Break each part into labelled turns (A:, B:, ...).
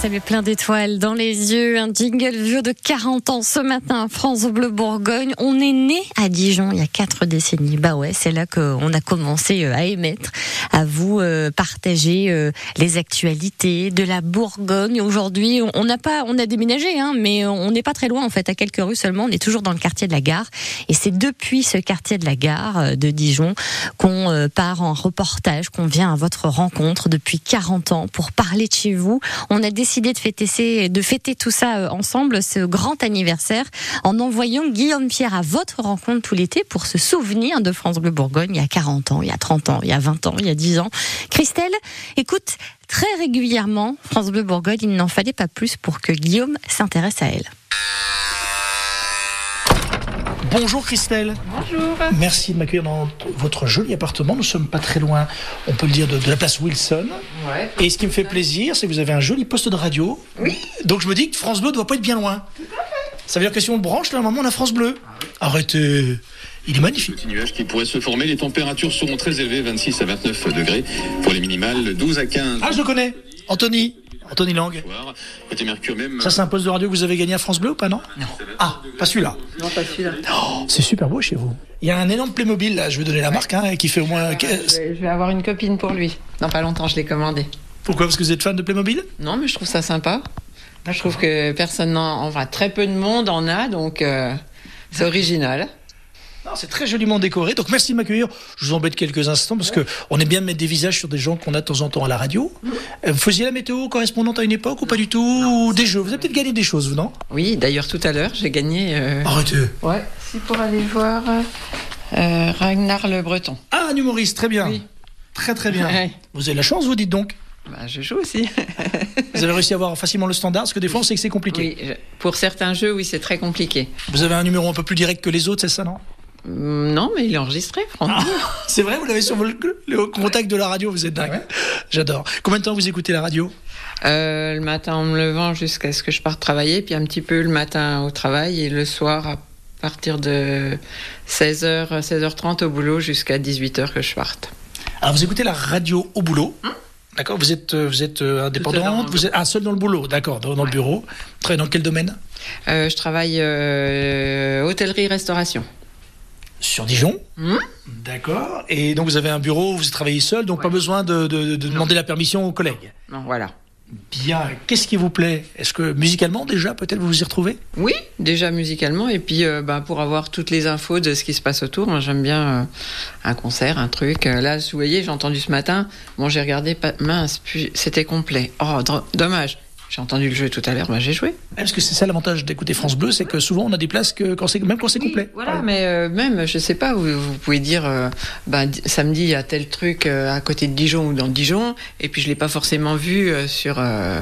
A: ça met plein d'étoiles dans les yeux. Un jingle vieux de 40 ans ce matin, France Bleu Bourgogne. On est né à Dijon il y a quatre décennies. Bah ouais, c'est là qu'on a commencé euh, à émettre, à vous euh, partager les actualités de la Bourgogne. Aujourd'hui, on n'a pas, on a déménagé, hein, mais on n'est pas très loin en fait, à quelques rues seulement. On est toujours dans le quartier de la Gare, et c'est depuis ce quartier de la Gare euh, de Dijon qu'on euh, part en reportage, qu'on vient à votre rencontre depuis 40 ans pour parler de chez vous. On a décidé de fêter, de fêter tout ça euh, ensemble, ce grand anniversaire, en envoyant Guillaume Pierre à votre rencontre tout l'été pour se souvenir de France Bleu Bourgogne il y a 40 ans, il y a 30 ans, il y a 20 ans, il y a 10 ans. Christelle, écoute, très régulièrement, France Bleu Bourgogne, il n'en fallait pas plus pour que Guillaume s'intéresse à elle.
B: Bonjour Christelle.
C: Bonjour.
B: Merci de m'accueillir dans votre joli appartement. Nous sommes pas très loin, on peut le dire, de, de la place Wilson.
C: Ouais.
B: Et ce qui me fait plaisir, c'est que vous avez un joli poste de radio.
C: Oui.
B: Donc je me dis que France Bleu doit pas être bien loin.
C: Tout à fait. Ah
B: Ça veut dire que si on le branche, là, à un moment, on a France Bleu. Arrêtez. Il est magnifique.
D: Petit nuage qui pourrait se former. Les températures seront très élevées, 26 à 29 degrés. Pour les minimales, 12 à 15.
B: Ah, je le connais. Anthony. Anthony Lang.
D: Côté Mercure même.
B: Ça, c'est un poste de radio que vous avez gagné à France Bleu ou pas, non
D: Non.
B: Ah, pas celui-là.
C: Non, pas celui-là.
B: Oh, c'est super beau chez vous. Il y a un énorme Playmobil, là, je vais donner la marque, hein, qui fait au moins.
C: Je vais, je vais avoir une copine pour lui. Dans pas longtemps, je l'ai commandé.
B: Pourquoi Parce que vous êtes fan de Playmobil
C: Non, mais je trouve ça sympa. Je trouve que personne n'en. Enfin, très peu de monde en a, donc euh, c'est original.
B: Non, Ah, c'est très joliment décoré. Donc merci de m'accueillir. Je vous embête quelques instants parce que on aime bien mettre des visages sur des gens qu'on a de temps en temps à la radio. Euh, Vous faisiez la météo correspondante à une époque ou pas du tout Ou Des jeux. Vous avez peut-être gagné des choses, vous, non
C: Oui, d'ailleurs, tout à l'heure, j'ai gagné. euh,
B: Arrêtez.
C: Ouais, si pour aller voir euh, Ragnar le Breton.
B: Ah, un humoriste, très bien.
C: Oui.
B: Très très bien.
C: Ouais.
B: Vous avez de la chance, vous dites donc.
C: Bah, je joue aussi.
B: Vous avez réussi à avoir facilement le standard, parce que des fois on sait que c'est compliqué.
C: oui, je- pour certains jeux, oui, c'est très compliqué.
B: Vous avez un numéro un peu plus direct que les autres, c'est ça, non
C: Hum, Non, mais il est enregistré, Franck.
B: C'est vrai, vous l'avez sur le, le contact de la radio, vous êtes dingue. J'adore. Combien de temps vous écoutez la radio
C: Euh, le matin en me levant jusqu'à ce que je parte travailler, puis un petit peu le matin au travail et le soir à partir de 16h, 16h30 au boulot jusqu'à 18h que je parte.
B: Alors vous écoutez la radio au boulot. D'accord, vous êtes, euh, vous êtes euh,
C: Hein Tout seul
B: indépendante,
C: dans
B: vous êtes ah, seul dans le boulot, d'accord, dans, dans le bureau. Très dans quel domaine
C: Euh, je travaille euh, hôtellerie-restauration.
B: Sur Dijon.
C: Hmm.
B: D'accord. Et donc vous avez un bureau, vous travaillez seul, donc pas besoin de, de- de demander la permission aux collègues.
C: Non, voilà.
B: Bien. Qu'est-ce qui vous plaît Est-ce que musicalement déjà peut-être vous vous y retrouvez
C: Oui, déjà musicalement, et puis euh, bah, pour avoir toutes les infos de ce qui se passe autour, hein, j'aime bien euh, un concert, un truc. Euh, là, vous voyez, j'ai entendu ce matin, bon, j'ai regardé, pas, mince, puis c'était complet. Oh, dr- dommage, j'ai entendu le jeu tout à l'heure, bah, j'ai joué.
B: Ah, Parce que c'est ça l'avantage d'écouter France Bleu, c'est que souvent on a des places que quand c'est même quand c'est
C: Oui,
B: complet.
C: Voilà, mais euh, même, je sais pas, vous, vous pouvez dire, euh, ben, di- samedi, il y a tel truc euh, à côté de Dijon ou dans Dijon, et puis je l'ai pas forcément vu euh, sur, euh,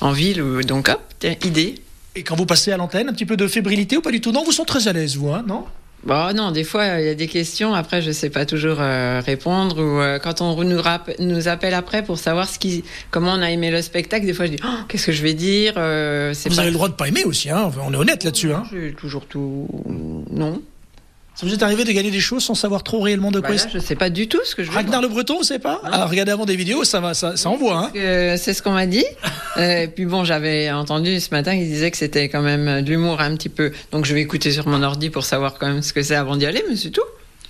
C: en ville, ou- donc hop, tiens, idée.
B: Et quand vous passez à l'antenne, un petit peu de fébrilité ou pas du tout Non, vous sont très à l'aise, vous, hein, non
C: Bon, Bah, non, des fois, il y a des questions, après, je sais pas toujours euh, répondre, ou euh, quand on nous, rappe- nous appelle après pour savoir ce qui, comment on a aimé le spectacle, des fois, je dis, Oh, qu'est-ce que je vais dire euh, c'est
B: Vous
C: pas-
B: avez le droit de pas aimer aussi, hein, on est honnête là-dessus. Hein.
C: J'ai toujours tout. Non.
B: Ça vous est arrivé de gagner des choses sans savoir trop réellement de
C: Bah
B: quoi
C: là, je sais pas du tout ce que je vais
B: Ragnar le Breton, vous savez pas Alors regardez avant des vidéos, ça va, ça, ça envoie. Hein.
C: Euh, c'est ce qu'on m'a dit. Euh, et puis bon, j'avais entendu ce matin qu'ils disaient que c'était quand même euh, de l'humour un petit peu. Donc je vais écouter sur mon ordi pour savoir quand même ce que c'est avant d'y aller, mais c'est tout.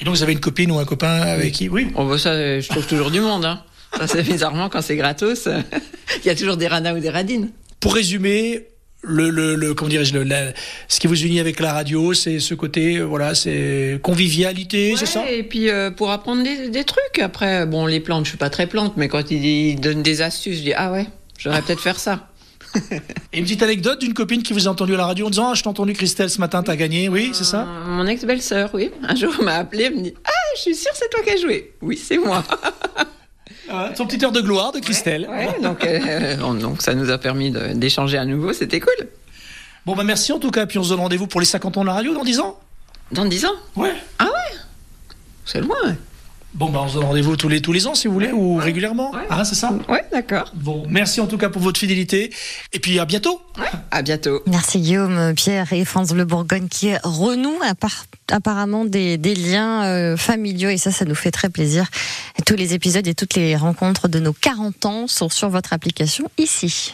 B: Et donc vous avez une copine ou un copain avec qui Oui.
C: Oh bah ça, euh, je trouve toujours du monde. Hein. Ça c'est bizarrement quand c'est gratos. euh, Il y a toujours des radins ou des radines.
B: Pour résumer, le, le, le- comment dirais-je, le- la- ce qui vous unit avec la radio, c'est ce côté, euh, voilà, c'est convivialité, c'est ça
C: Ouais, et puis euh, pour apprendre des, des trucs. Après, bon, les plantes, je suis pas très plante, mais quand ils, ils donnent des astuces, je dis ah ouais, j'aurais peut-être faire ça.
B: Et une petite anecdote d'une copine qui vous a entendu à la radio en disant, ah, je t'ai entendu Christelle ce matin, t'as gagné, oui, c'est ça
C: Euh, Mon ex-belle-sœur, oui. Un jour, m'a appelé, me dit ah, je suis sûre c'est toi qui as joué. Oui, c'est moi.
B: Ah. Ouais, Euh, Son petit air de gloire de Christelle.
C: Ouais, donc, euh, bon, donc ça nous a permis de- d'échanger à nouveau, c'était cool.
B: Bon bah merci en tout cas, puis on se donne rendez-vous pour les 50 ans de la radio dans 10 ans
C: Dans 10 ans
B: Ouais.
C: Ah ouais C'est loin. ouais.
B: Bon bah on se donne rendez-vous tous les, tous les ans si vous voulez, ou régulièrement.
C: Ouais.
B: Ah c'est ça
C: Ouais, d'accord.
B: Bon, merci en tout cas pour votre fidélité, et puis à bientôt
C: À bientôt.
A: Merci Guillaume, Pierre et France Bleu Bourgogne qui renouent appar- apparemment des, des liens euh, familiaux et ça, ça nous fait très plaisir. Tous les épisodes et toutes les rencontres de nos 40 ans sont sur votre application ici.